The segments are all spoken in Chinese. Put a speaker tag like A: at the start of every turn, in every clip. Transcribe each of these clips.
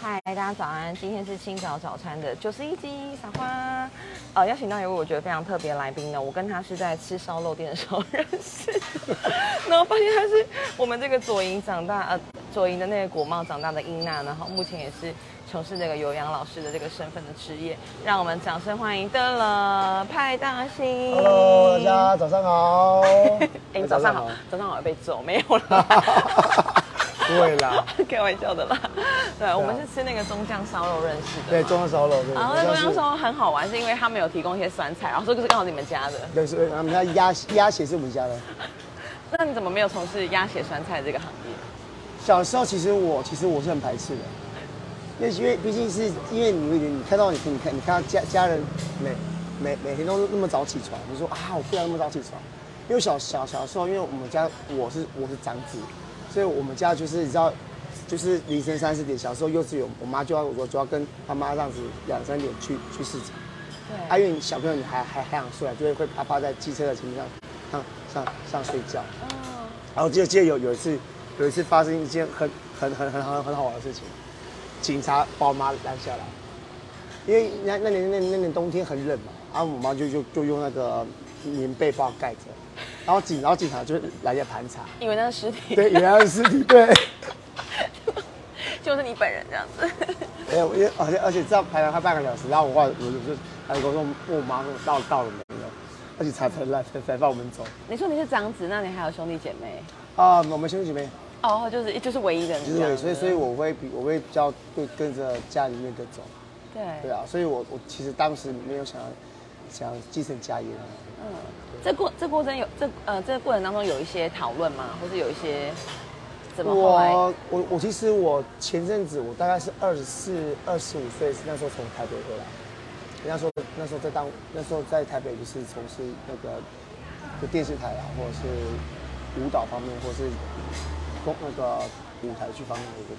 A: 嗨，大家早安！今天是清早早餐的九十一集撒花。呃，邀请到一位我觉得非常特别的来宾呢，我跟他是在吃烧肉店的时候认识的，然后发现他是我们这个左营长大，呃，左营的那个国贸长大的英娜，然后目前也是从事这个有氧老师的这个身份的职业。让我们掌声欢迎邓了派大星。
B: Hello，大家早上好。
A: 哎、你早上 好，早上好被揍没有啦？
B: 不会啦，
A: 开玩笑的啦。对，啊我们是吃那个中酱烧肉认识的。
B: 对，中央烧肉，对，
A: 然后
B: 好
A: 那中
B: 像
A: 央
B: 是，
A: 说很好玩，是因为他们有提供一些酸菜，然后这个是刚好你们家的。
B: 对，是啊我们家鸭鸭血是我们家的。
A: 那你怎么没有从事鸭血酸菜这个行业？
B: 小时候其实我其实我是很排斥的，因为因为毕竟是因为你你看到你你看你看到家家人每每每天都那么早起床，你说啊我不要那么早起床，因为小小小时候因为我们家我是我是长子，所以我们家就是你知道。就是凌晨三四点，小时候幼稚园，我妈就要我就要跟她妈这样子两三点去去市场，啊，因为你小朋友你还还还想睡啊，就会会趴趴在汽车的前面上上上上睡觉。然后我记得记得有有一次有一次发生一件很很很很很很好玩的事情，警察把我妈拦下来，因为那那年那那年冬天很冷嘛，然后我妈就就就用那个棉被把我盖着，然后警然后警察就来来盘查，
A: 因为那是尸体，
B: 对，原来是尸体，对。
A: 就是你本人这样子。
B: 没有，因为哎而且而且这样排了快半个小时，然后我话我就就还有跟我说问我妈说到到了没有，而且才才来才才放我们走。
A: 你说你是长子，那你还有兄弟姐妹？
B: 啊、我们兄弟姐妹，
A: 哦，就是就是唯一的
B: 就
A: 你
B: 是
A: 这样
B: 我
A: 子。
B: 所以所以我会比我会比较会跟着家里面跟走，
A: 对
B: 对啊，所以我我其实当时没有想要想要继承家业啊，
A: 这过这过程有这呃这过程当中有一些讨论吗？或是有一些怎么后来？
B: 我我我其实我前阵子我大概是二十四、二十五岁，那时候从台北回来。那时候那时候在当那时候在台北就是从事那个就电视台啊，或者是舞蹈方面，或是工那个舞台剧方面的一个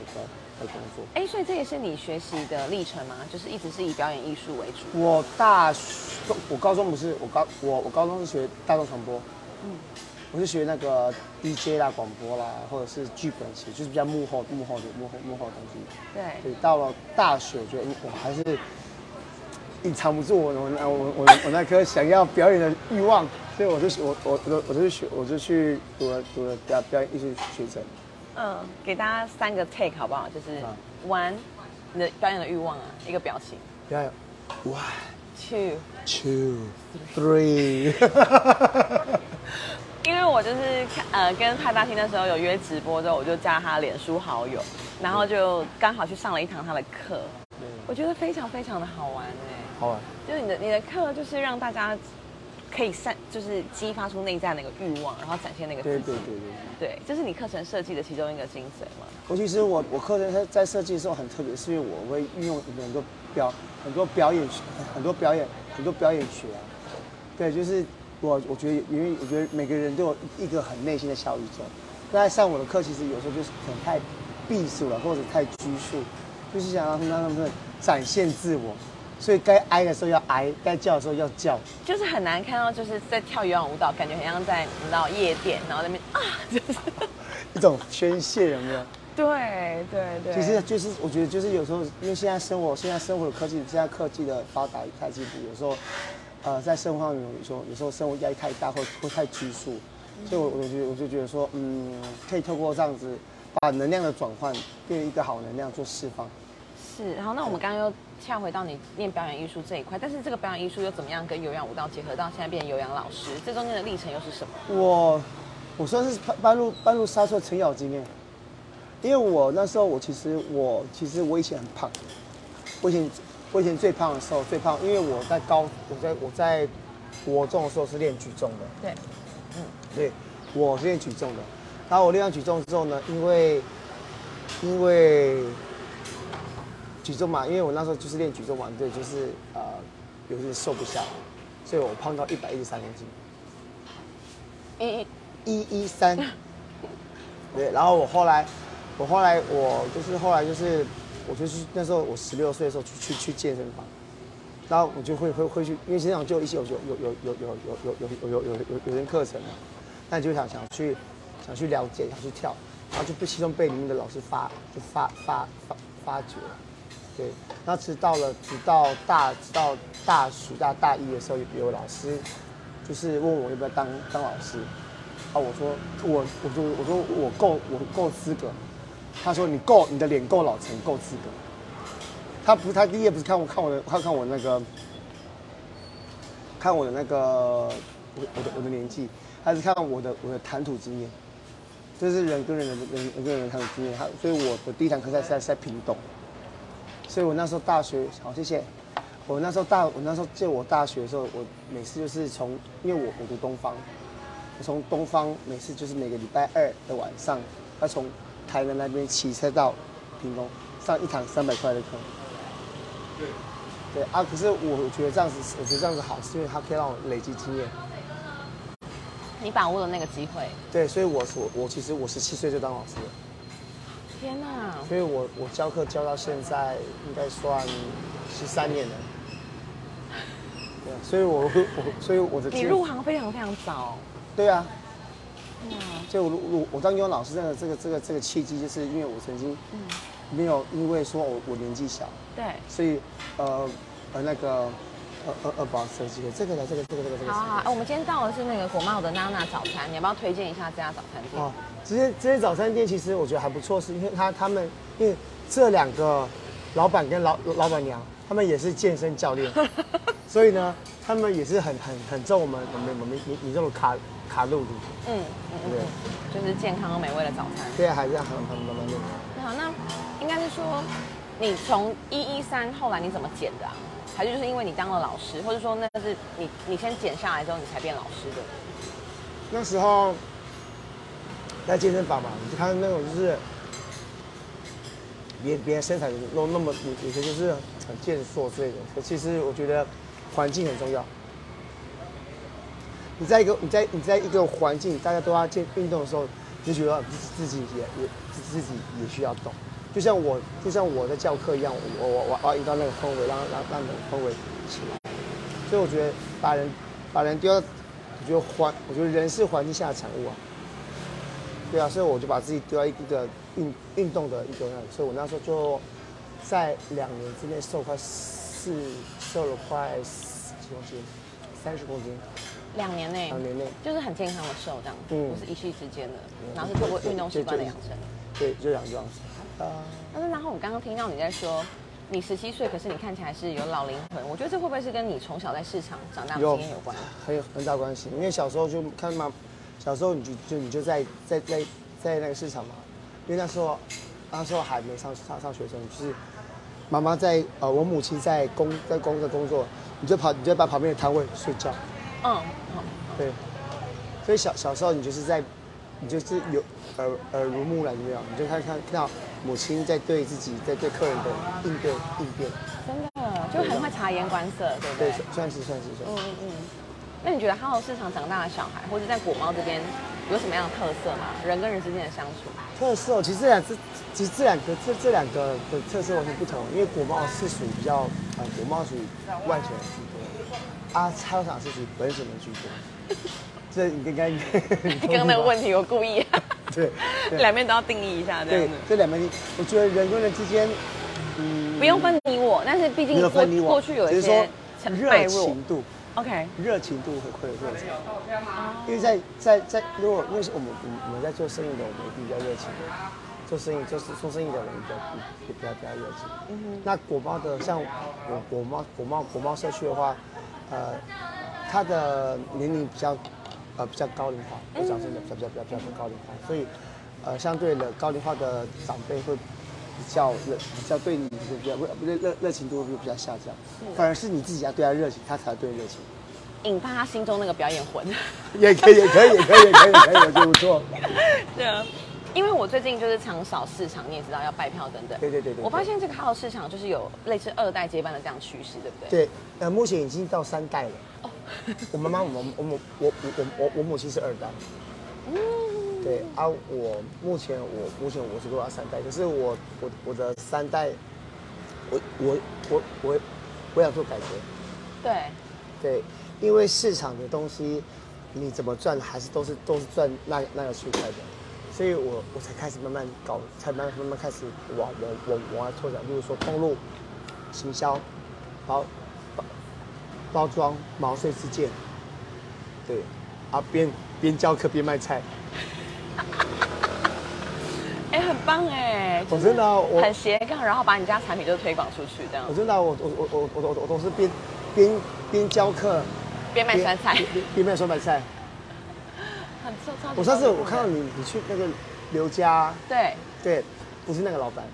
B: 的工作。
A: 哎，所以这也是你学习的历程吗？就是一直是以表演艺术为主。
B: 我大学我高中不是我高我我高中是学大众传播，嗯我是学那个 DJ 啦、广播啦，或者是剧本写，就是比较幕后幕后的幕后幕后的东西。
A: 对
B: 对，到了大学，我觉得嗯我还是隐藏不住我我那我我我那颗想要表演的欲望，所以我就我我我我就去学我就去读了读了表表演艺术学啊程。
A: 嗯，给大家三个 take 好不好？就是
B: 好
A: one，你的表演的欲望啊，一个表情
B: 表演啊 one
A: ；two，
B: two three，
A: 因为我就是看呃跟派大星那时候有约直播之后，我就加他脸书好友，然后就刚好去上了一堂他的课，
B: 嗯
A: 我觉得非常非常的好玩哎、
B: 好玩。
A: 就是你的你的课就是让大家可以散，就是激发出内在那个欲望，然后展现那个
B: 对
A: 自
B: 对
A: 己。
B: 对对，
A: 对，这是你课程设计的其中一个精髓嘛？
B: 尤其是我我课程在在设计的时候很特别，是因为我会运用很多表很多表演学很多表演很多表演学啊。对，就是我我觉得，因为我觉得每个人都有一个很内心的小宇宙。那在上我的课，其实有时候就是可能太避暑了，或者太拘束，就是想让让他们展现自我。所以该挨的时候要挨，该叫的时候要叫。
A: 就是很难看到，就是在跳有氧舞蹈，感觉很像在你知道夜店，然后那边啊，就是，
B: 一种宣泄有没有？
A: 对对对，
B: 其实就是我觉得就是有时候，因为现在生活现在生活的科技，现在科技的发达太进步，有时候，呃，在生活上有时候有时候生活压力太大，或或太拘束，所以我我觉得我就觉得说，嗯，可以透过这样子把能量的转换变成一个好能量做释放。
A: 是。然后那我们刚刚又跳回到你念表演艺术这一块，但是这个表演艺术又怎么样跟有氧舞蹈结合到现在变有氧老师？这中间的历程又是什么？
B: 我我算是半半路半路杀错程咬金哎，因为我那时候我其实我其实我以前很胖，我以前我以前最胖的时候最胖，因为我在高我在我在国中的时候是练举重的，
A: 对，
B: 对，我是练举重的。然后我练完举重之后呢，因为因为举重嘛，因为我那时候就是练举重嘛，对，就是呃有点瘦不下来，所以我胖到一百一十三公斤。
A: 一一
B: 一一三，对，然后我后来，我后来我就是后来就是，我就是那时候我十六岁的时候去去去健身房，然后我就会会会去，因为现场就有一些有有有有有有有有有有有有有人课程啊，那你就想想去想去了解，想去跳，然后就被其中被里面的老师发就发发发发觉，对，那直到了直到大直到大学大大一的时候，有有老师就是问我要不要当当老师，啊，我说我我说我说我够我够资格，他说你够你的脸够老成够资格，他不他第一页不是看我看我的他看我那个看我的那个我我的我的年纪，他是看我的我的谈吐经验。这是人跟人的人人跟人的谈吐经验，他所以我的第一堂课在在在屏东，所以我那时候大学好谢谢，我那时候大我那时候就我大学的时候，我每次就是从因为我我读东方，我从东方每次就是每个礼拜二的晚上，要从台南那边骑车到屏东上一堂三百块的课，对啊，可是我觉得这样子我觉得这样子好，是因为它可以让我累积经验。
A: 你把握了那个机会。
B: 对，所以我是我我其实我十七岁就当老师了，
A: 天哪！
B: 所以我我教课教到现在应该算十三年了。对，啊所以我我所以我的
A: 你入行非常非常早。
B: 对啊，
A: 哇，
B: 所以我我我当英文老师真的这个这个这个契机，就是因为我曾经没有因为说我我年纪小，
A: 对。
B: 所以呃呃那个呃呃呃保持机会，这个呢这个这个这个这个。
A: 好好好，哎我们今天到的是那个国贸的娜娜早餐，你要不要推荐一下这家早餐店？
B: 哦，这些这些早餐店其实我觉得还不错，是因为他他们因为这两个老板跟老老板娘，他们也是健身教练，所以呢，他们也是很很很重我们我们我们民民众的卡卡路里，
A: 嗯嗯嗯，嗯就是健康美味的早餐。
B: 对啊，还是很很很蛮的。
A: 好，那应该是说，你从一一三后来你怎么减的啊？还是就是因为你当了老师，或者说那是你你先减下来之后你才变老师的？
B: 那时候在健身房嘛，你就看那种就是别别人身材弄那么有有些就是很健硕之类的，可其实我觉得环境很重要。你在一个你在你在一个环境，大家都要健运动的时候，你就觉得自自己也也自自己也需要动。就像我就像我在教课一样，我我我我要营造那个氛围，让让让那个氛围起来。所以我觉得把人把人丢到，我觉得环，我觉得人是环境下的产物啊。对啊，所以我就把自己丢到一个运运动的一个那里，所以我那时候就在两年之内瘦快四，瘦了快四几公斤，三十公斤，
A: 两年内，
B: 两年内，
A: 就是很健康的瘦这样，
B: 嗯
A: 就是一夕之间的，然后是透过运动习惯的养成。
B: 对，就两这样子。
A: 但是然后我刚刚听到你在说，你十七岁，可是你看起来是有老灵魂，我觉得这会不会是跟你从小在市场长大的经验有关？
B: 很有很大关系，因为小时候就看嘛，小时候你就就你就在在在在那个市场嘛，因为那时候那时候还没上上上学生，就是妈妈在呃我母亲在工在工作工作，你就跑你就把旁边的摊位睡觉，
A: 嗯，好，
B: 对，所以小小时候你就是在你就是有耳耳濡目染有没有？你就看看看到母亲在对自己在对客人的应对应变，
A: 真的就很会察言观色，对不
B: 对，
A: 对？
B: 算是算是算是。
A: 嗯嗯。那你觉得哈罗市场长大的小孩，或者在果猫这边有什么样的特色吗？人跟人之间的相处？
B: 特色哦，其实这两这其实这两个这这两个的特色完全不同，因为国贸是属于比较呃国贸属于外省人居多，啊超厂是属于本省人居多，这你应 该你
A: 刚刚那个问题我故意、
B: 对对
A: 两边都要定义一下，这样
B: 对
A: 子，
B: 这两边我觉得人跟人之间
A: 不用分你我，但是毕
B: 没
A: 竟
B: 有
A: 过
B: 分你我，
A: 过去有
B: 只
A: 一
B: 是说
A: 些脉
B: 热
A: 络
B: 情度。
A: ，OK，
B: 热情度很会热情，因为在在在，如果因为是我们我们我们在做生意的，我们比较热情，做生意就是做生意的人比较比比较比较热情。那国贸的像我国贸国贸国贸社区的话，呃，它的年龄比较呃比较高龄化，我讲真的比较比较比较比较高龄化，所以呃相对的高龄化的长辈会。比较热，比较对你会比较热热热情度会比较下降，反而是你自己要对他热情，他才对热情。
A: 引发他心中那个表演魂。
B: 也可以，也可以，也可以，也可以，也可以，我觉得不错。
A: 对啊，因为我最近就是常扫市场，你也知道要拜票等等。
B: 对对对对
A: 我发现这个号市场就是有类似二代接班的这样趋势，对不对？
B: 对，呃，目前已经到三代了。我妈妈，我我我我我我我母亲是二代。对啊，我目前我目前我是做到三代，可是我我我的三代，我我我我我想做改革。
A: 对
B: 对，因为市场的东西，你怎么赚还是都是都是赚那那个区块的，所以我我才开始慢慢搞，才慢慢慢慢开始往往往往外拓展，例如说通路、行销、包包包装、毛遂自荐，对，啊边边教课边卖菜，
A: 哎、很棒哎、
B: 我真的啊
A: 就是
B: 我
A: 很斜杠，然后把你家产品就推广出去，这样
B: 我真的啊、我我我我我我我都是边边边教课
A: 边卖酸菜，
B: 边边边卖酸白菜。
A: 很超超级
B: 我上次
A: 丰富
B: 我
A: 的
B: 看到你你去那个刘家，
A: 对
B: 对，不是那个老板，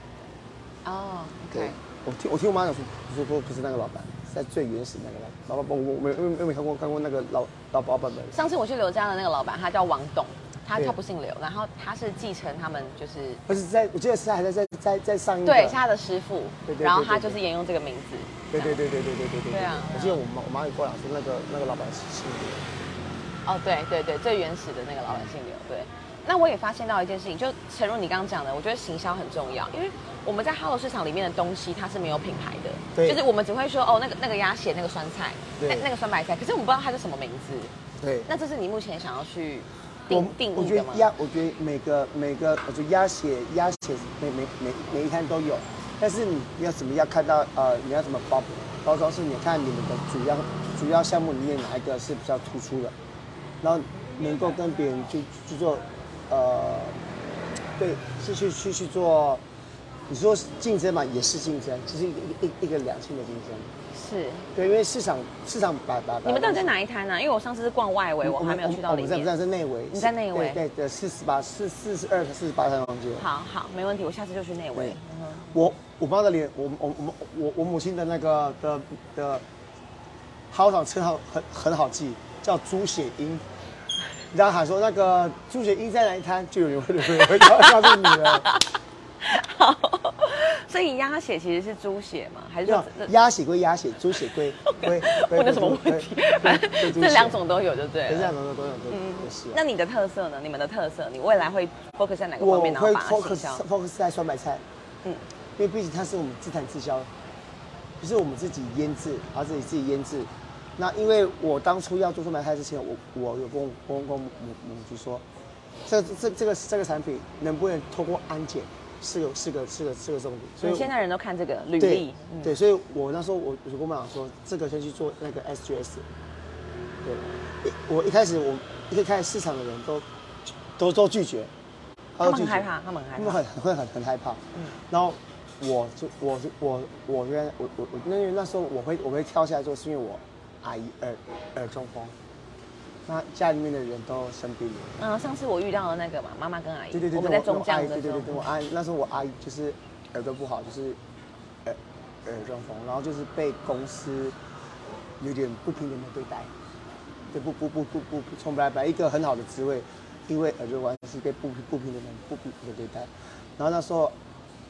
A: 哦
B: 对
A: ，OK，，
B: 我听我听我妈讲说，说说不是那个老板，是在最原始那个老板。老板，我我没没没没看过看过那个老老老板们。
A: 上次我去刘家的那个老板，他叫王董，他
B: 对
A: 他不姓刘，然后他是继承他们就是
B: 而是在我记得是还在在在在上一个。
A: 对是他的师傅
B: 对对，对
A: 然后
B: 对
A: 他
B: 对
A: 就是沿用这个名字，
B: 对对对对对对对对。
A: 对啊
B: 我记得我妈我妈也跟我讲说，那个那个老板是姓刘。
A: 哦，对对对，最原始的那个老板姓刘。对，那我也发现到一件事情，就诚如你刚刚讲的，我觉得行销很重要，因为我们在 Hello 市场里面的东西它是没有品牌的，
B: 对
A: 就是我们只会说哦那个那个鸭血那个酸菜，
B: 对
A: 那那个酸白菜，可是我们不知道它是什么名字。
B: 对。
A: 那这是你目前想要去
B: 我
A: 定定
B: 我
A: 义
B: 觉
A: 的
B: 得
A: 吗？
B: 鸭，我觉得每个每个，我觉得鸭血鸭血每每每每一摊都有，但是你要怎么样看到呃，你要怎么包包装是你看你们的主要主要项目里面哪一个是比较突出的，然后能够跟别人去去做呃，对，是去去去做，你说竞争嘛，也是竞争，这是一个一个一个良性的竞争，
A: 是。
B: 对，因为市场市场把把把
A: 你们到底在哪一摊呢、啊因为我上次是逛外围，我还没有去到里
B: 呃我们在
A: 面。
B: 在内围，
A: 你在内围
B: 对对对，四十八、四四十二、四十八三中间。
A: 好好，没问题，我下次就去内围
B: 对。我我妈的脸，我我我我我母亲的那个的的，好长称号很很好记，叫猪血鹰。然后喊说那个猪血鹰在哪一摊，就有人会有人会告告诉你了。
A: 好，所以鸭血其实是猪血嘛，还是
B: 要
A: 说这
B: 鸭血归鸭血，猪血归归归。
A: 问了什么问题？反正这两种都有就对
B: 这
A: 了
B: 两。种都都有都都是。啊
A: 那你的特色呢？你们的特色，你未来会 focus 在哪个
B: 我
A: 方面，然后
B: 会
A: 把它行
B: focus
A: 销？
B: focus 在酸白菜，
A: 嗯
B: 嗯，因为毕竟它是我们自产自销，不是我们自己腌制，而自己自己腌制。那因为我当初要做酸白菜之前，我我有跟我跟跟我母母母说，这这这个这个产品能不能通过安检是个是个是个是个重点。所
A: 你
B: 以我
A: 现在人都看这个履
B: 对
A: 历，嗯
B: 对，所以我那时候我我跟我妈讲说，这个先去做那个 SGS。对，一我一开始我一开始市场的人都都都拒绝，
A: 他们
B: 都拒
A: 很
B: 绝
A: 害怕，他嗯们
B: 他
A: 很
B: 们
A: 害
B: 很很会很很害怕。然后我就我就我我原来我我我那那时候我会我会跳下来做，是因为我阿姨耳耳中风，那家里面的人都生病了。
A: 怕。嗯，上次我遇到了那个嘛，妈妈跟阿姨，
B: 对对对，
A: 我们
B: 对
A: 在中
B: 我阿
A: 江
B: 姨
A: 的时
B: 对对
A: 候
B: 对，对，我阿姨那时候我阿姨就是耳朵不好，就是耳耳中风，然后就是被公司有点不平等的对待，对不不不不不不，从本来本来一个很好的职位，因为耳朵关系被不不平等的不平等的对待，然后那时候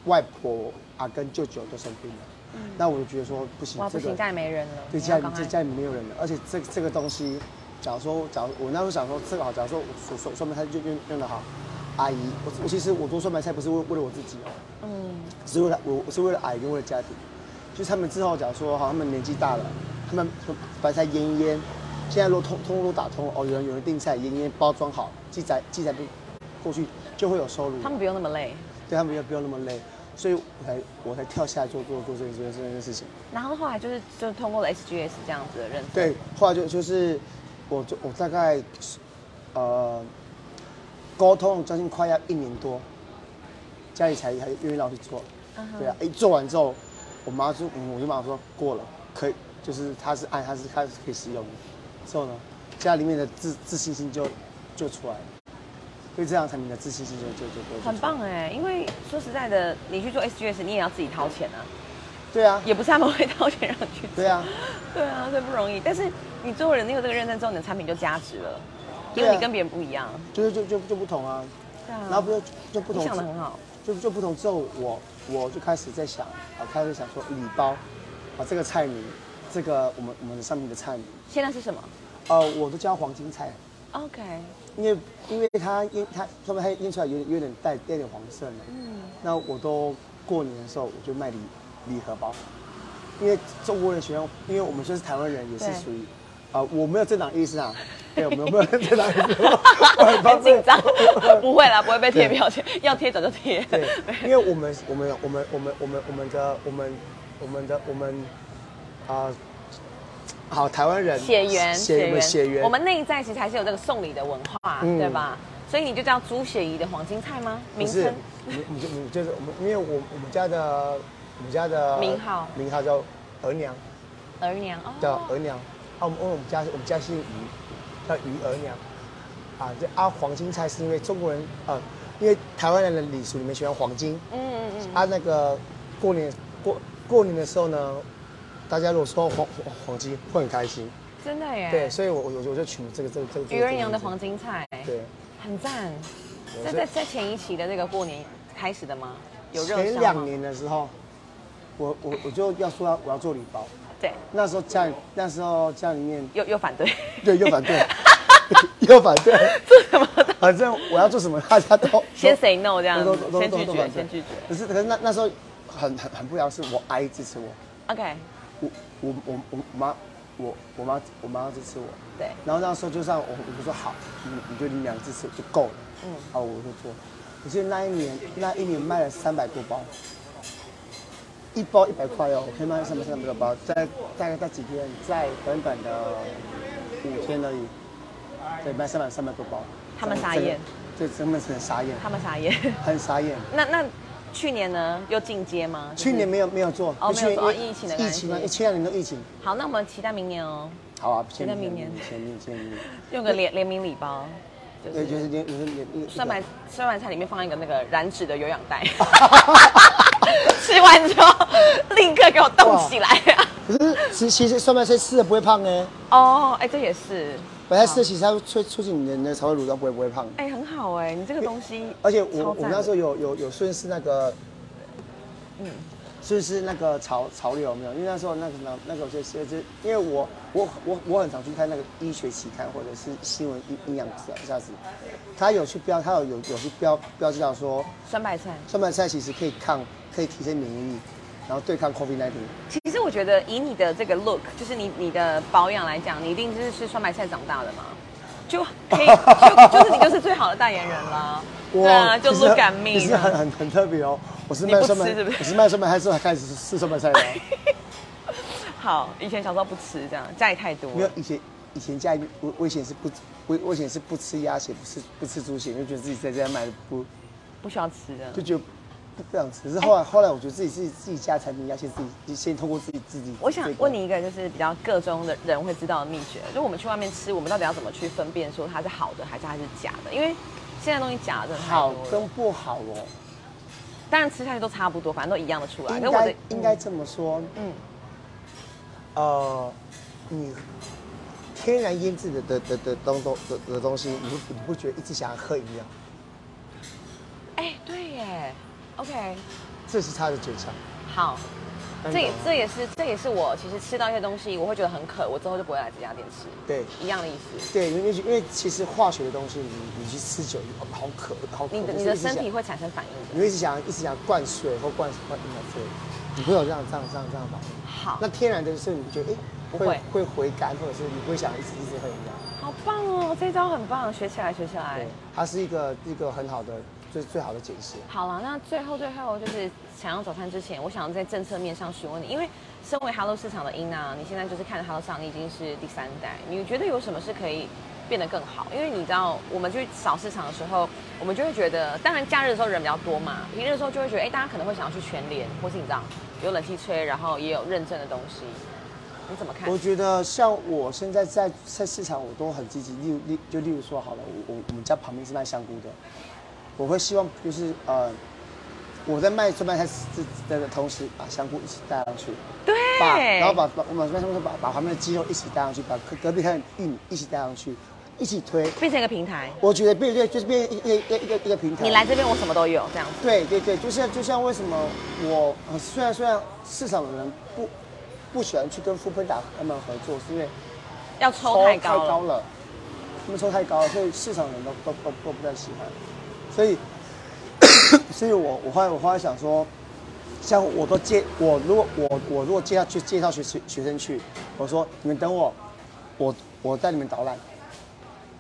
B: 外婆啊跟舅舅都生病了，那我就觉得说不行
A: 嗯哇，，不
B: 这
A: 行，
B: 个
A: 家里没人了，
B: 对
A: 你
B: 家
A: 要
B: 里
A: 赶快
B: 这家里没有人了，而且这这个东西，假如说假如我那时候想说这个好，假如说我说说说明它就用用的好，阿姨，我我其实我做酸白菜不是为为了我自己哦，
A: 嗯，
B: 只是为了我我是为了阿姨跟为了家庭，就是他们之后假如说好，他们年纪大了，他们白菜腌一腌，现在如果通通路都打通了哦，有人有人订菜腌一腌包装好，寄载寄载不过去就会有收入了，
A: 他们不用那么累。
B: 对他们也不用那么累，所以我才我才跳下来做做做这件这件这件事情。
A: 然后后来就是就通过了 SGS 这样子的认证，
B: 对，后来就就是我就我大概呃沟通将近快要一年多，家里才才愿意让我去做。
A: 嗯哼
B: 对啊，一做完之后，我妈就我就马上说过了，可以，就是它是按它是它是可以使用的。之后呢，家里面的自自信心就就出来了，对这样产品的自信心就就就就就
A: 很
B: 出
A: 棒
B: 来了
A: 哎。因为说实在的，你去做 SGS，你也要自己掏钱啊，
B: 对啊，
A: 也不是他们会掏钱让你去做
B: 对啊。
A: 对啊，这不容易。但是你做了，你有这个认证之后，你的产品就价值了，因
B: 对
A: 为
B: 啊
A: 你跟别人不一样。
B: 就是就就就不同啊，
A: 对啊
B: 然后不就就不
A: 你
B: 同。
A: 想的很好。
B: 就就不同之后，我我就开始在想，啊，开始想说礼包，啊，这个菜名，这个我们我们上面的菜名，
A: 现在是什么
B: 呃，我都叫黄金菜，
A: ？OK，
B: 因为因为它腌它上面它腌出来有点有点带带点黄色呢。
A: 嗯
B: 那我都过年的时候我就卖礼礼盒包，因为中国人喜欢，因为我们虽然是台湾人，也是
A: 对
B: 属于，啊、我没有政党意识啊，对，我们不能再打一 次，我很怕
A: 很
B: 被
A: 紧 张，不会啦，不会被贴标签，要贴早就贴。
B: 对，因为我们我们我们我们我们我们的我们我们的我们啊、好，台湾人
A: 血缘，
B: 血缘血缘，
A: 我们内在其实还是有这个送礼的文化，
B: 嗯
A: 对吧？所以你就叫朱雪怡的黄金菜吗？
B: 不
A: 名
B: 是
A: 称，
B: 我们我们就我们就是我们，因为我我们家的我们家的
A: 名号
B: 名号叫额娘，
A: 额娘
B: 叫
A: 哦，
B: 额娘。啊，我们因为我们家我们家姓于，叫于额娘。啊，这啊黄金菜是因为中国人啊、因为台湾人的礼俗里面喜欢黄金。
A: 嗯嗯嗯
B: 啊，那个过年过过年的时候呢，大家如果说到黄黄黄金会很开心。
A: 嗯，真的耶。
B: 对，，所以我我我就取这个这个这个。这个
A: 鱼儿娘的黄
B: 金。
A: 金菜，
B: 对，
A: 很赞。
B: 我
A: 这
B: 是
A: 在在前一期的那个过年开始的吗？有热
B: 前
A: 销
B: 两
A: 吗？
B: 年的时候，我我我就要说要我要做礼包。
A: 对，
B: 那时候家里那时候家里面
A: 又又反对，
B: 对又反对， 又反对，
A: 这什么的？
B: 反正我要做什么 大家都
A: 先 say no 这样
B: 都都，都
A: 先拒
B: 都
A: 绝，
B: 反对
A: 先拒绝。
B: 可是可是那那时候很很很不一样，是我阿姨支持我，
A: OK，
B: 我我我我我妈我我妈我妈支持我，
A: 对，
B: 然后那时候就让我我就说好，你你就领两支持就够了，嗯，好我就做。我记得那一年那一年卖了三百多包，一包一百块哦，我可以卖三百三百多包，在大概在几天，在短短的五天而已，对，卖三百三百多包，
A: 他们
B: 整
A: 傻眼，嗯
B: 这真的是很傻眼，
A: 他们傻眼。
B: 很傻眼。
A: 那那去年呢？又进阶吗？就是
B: 去年没有没有做，
A: 哦没有
B: 因为
A: 做哦
B: 去年
A: 疫情的
B: 疫
A: 关
B: 情嘛，啊
A: 系
B: 前两年都疫情，
A: 好，那我们期待明年哦，
B: 好啊，前
A: 那明年
B: 前年 前年，
A: 用个联联名礼包，就
B: 对，就是是连就是连
A: 酸白酸白菜里面放一个那个燃脂的有氧 袋， 吃完之后立刻给我动起来。
B: 可是其其实酸白菜吃了不会胖呢，
A: 哦，哎，这也是，
B: 白菜吃了其实它会促促进你的你的肠胃蠕动，不会不会胖。
A: 哎，很好哎，你这个东西，
B: 而且我
A: 超
B: 我
A: 赞
B: 那时候有有有顺势那个，嗯，
A: 嗯
B: 顺势那个潮潮流有没有？因为那时候那个那那个就是就是因为我我我我很常去看那个医学期刊或者是新闻营营养师啊这样子，他有去标他有有有去标标记到说
A: 酸白菜。
B: 酸白菜其实可以抗可以提升免疫力，然后对抗 COVID-19。
A: 其实我觉得以你的这个 look，就是你你的保养来讲，你一定就是吃酸白菜长大的嘛，就 可以就就是你就是最好的代言人啦。对啊，就
B: 其实
A: look at
B: 其
A: me
B: 实很很很特别哦。我是
A: 你
B: 卖
A: 不
B: 酸白
A: 吃是不是
B: 我是卖酸白菜之后才开始吃酸 白菜的哦。
A: 好，以前小时候不吃这样，家里太多
B: 没有
A: 了。
B: 以前以前家里我我以前是不我我以前是不吃鸭血，不吃不吃猪血，因为觉得自己在家买的不
A: 不需要吃的
B: 就。觉得不这样吃。可是
A: 哎
B: 后来后来我觉得自己自己自己家产品鸭血自己先通过自己自己。
A: 我想问，你一个就是比较各中的人会知道的秘诀，就我们去外面吃，我们到底要怎么去分辨说它是好的还是它是假的？因为现在东西假的真的太
B: 好
A: 多了，
B: 跟不好哦，
A: 当然吃下去都差不多，反正都一样的出来。
B: 应
A: 可是啊我
B: 该
A: 的
B: 应该这么说，
A: 嗯
B: 呃，你天然腌制的的的的东东的的东西，你不你不觉得一直想要喝饮料，
A: 哎、对耶，OK，
B: 这是它的诀窍。
A: 好，
B: 那你
A: 这也
B: 懂吗
A: 这也是这也是我其实吃到一些东西，我会觉得很渴，我之后就不会来这家店吃，
B: 对
A: 一样的意思。
B: 对，因为因为其实化学的东西，你你去吃久，哦好渴，好渴。
A: 你的
B: 就是
A: 你的
B: 一直想
A: 身体会产生反应的。
B: 你会一直想一直想灌水或灌灌饮料之类的，你会有这样这样这样这样吧？
A: 好
B: 那，天然的是你觉得哎、
A: 不
B: 会
A: 会
B: 会回甘，或者是你不会想一直一直喝饮料。
A: 好棒哦，这招很棒，学起来学起来
B: 对。，它是一个一个很好的最最好的解释。
A: 好了，那最后最后就是想要早餐之前，我想要在政策面上询问你，因为身为 Hello 市场的英娜，你现在就是看着 Hello 市场，你已经是第三代，你觉得有什么是可以变得更好？因为你知道，我们去扫市场的时候，我们就会觉得，当然假日的时候人比较多嘛，平日的时候就会觉得，哎、大家可能会想要去全联，或是你知道有冷气吹，然后也有认证的东西，你怎么看
B: 我？觉得像我现在在在市场，我都很积极。例如例就例如说好了，我我我们家旁边是卖香菇的，我会希望就是呃，我在卖专卖菜的的同时，把香菇一起带上去，
A: 对，
B: 把然后把把我们专卖菜把把旁边的鸡肉一起带上去，把隔隔壁摊的玉米一起带上去，一起推。
A: 变成一个平台，
B: 我觉得变对，就是变一个一个一个一个平台。
A: 你来这边我什么都有这样子。
B: 对对对，就像就像为什么我呃虽然虽然市场的人不不喜欢去跟富喷打他们合作，是因为
A: 要抽太高了，
B: 了，他们抽太高了，所以市场人都都都都不太喜欢，所以所以我我后来我后来想说，像我都介我如果我我如果介绍去介绍学学学生去，我说你们等我，我我带你们导览，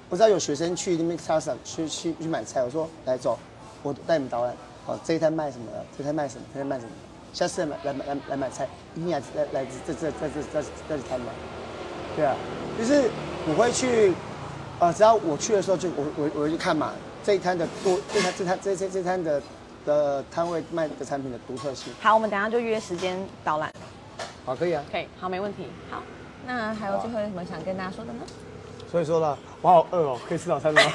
B: 我知道有学生去那边菜市场去去去买菜，我说来走，我带你们导览，好，这一摊卖什么的，这一摊卖什么，这一摊卖什么，下次来买来买来来买菜，一定来来来这这这这这这这摊买。对啊，就是我会去，呃，只要我去的时候就我我我会去看嘛，这一摊的多这摊这摊这这这摊的的摊位卖的产品的独特性。
A: 好，我们等一下就约时间导览。
B: 好，可以啊。
A: 可以，好，没问题。好，那还有最后有什么想跟大家说的呢？
B: 所以说呢，我好饿哦，可以吃早 餐了吗？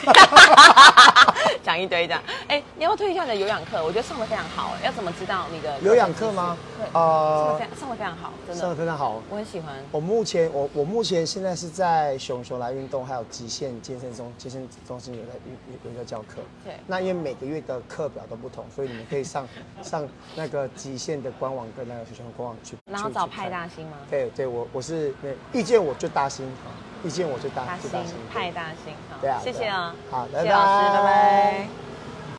A: 讲一堆这样。哎、你要不要推一下你的有氧课？我觉得上的非常好、哎要怎么知道你的
B: 有氧课吗？
A: 对，上的
B: 呃
A: 非，常上的非常好，真
B: 上的
A: 的，
B: 非常好。
A: 我很喜欢。
B: 我目前我我目前现在是在熊熊来运动，还有极限健身中健身中心有在有有有在教课。
A: 对
B: 那因为每个月的课表都不同，所以你们可以上 上那个极限的官网跟那个熊熊的官网去。
A: 然后
B: 去
A: 找
B: 去
A: 派
B: 看
A: 大星吗？
B: 对对，我我是对意见我最大心，意见我最大
A: 大
B: 最
A: 星
B: 大心，
A: 派大星，好
B: 对啊
A: 谢谢啊，
B: 对啊好
A: 谢谢老师，拜
B: 拜拜
A: 拜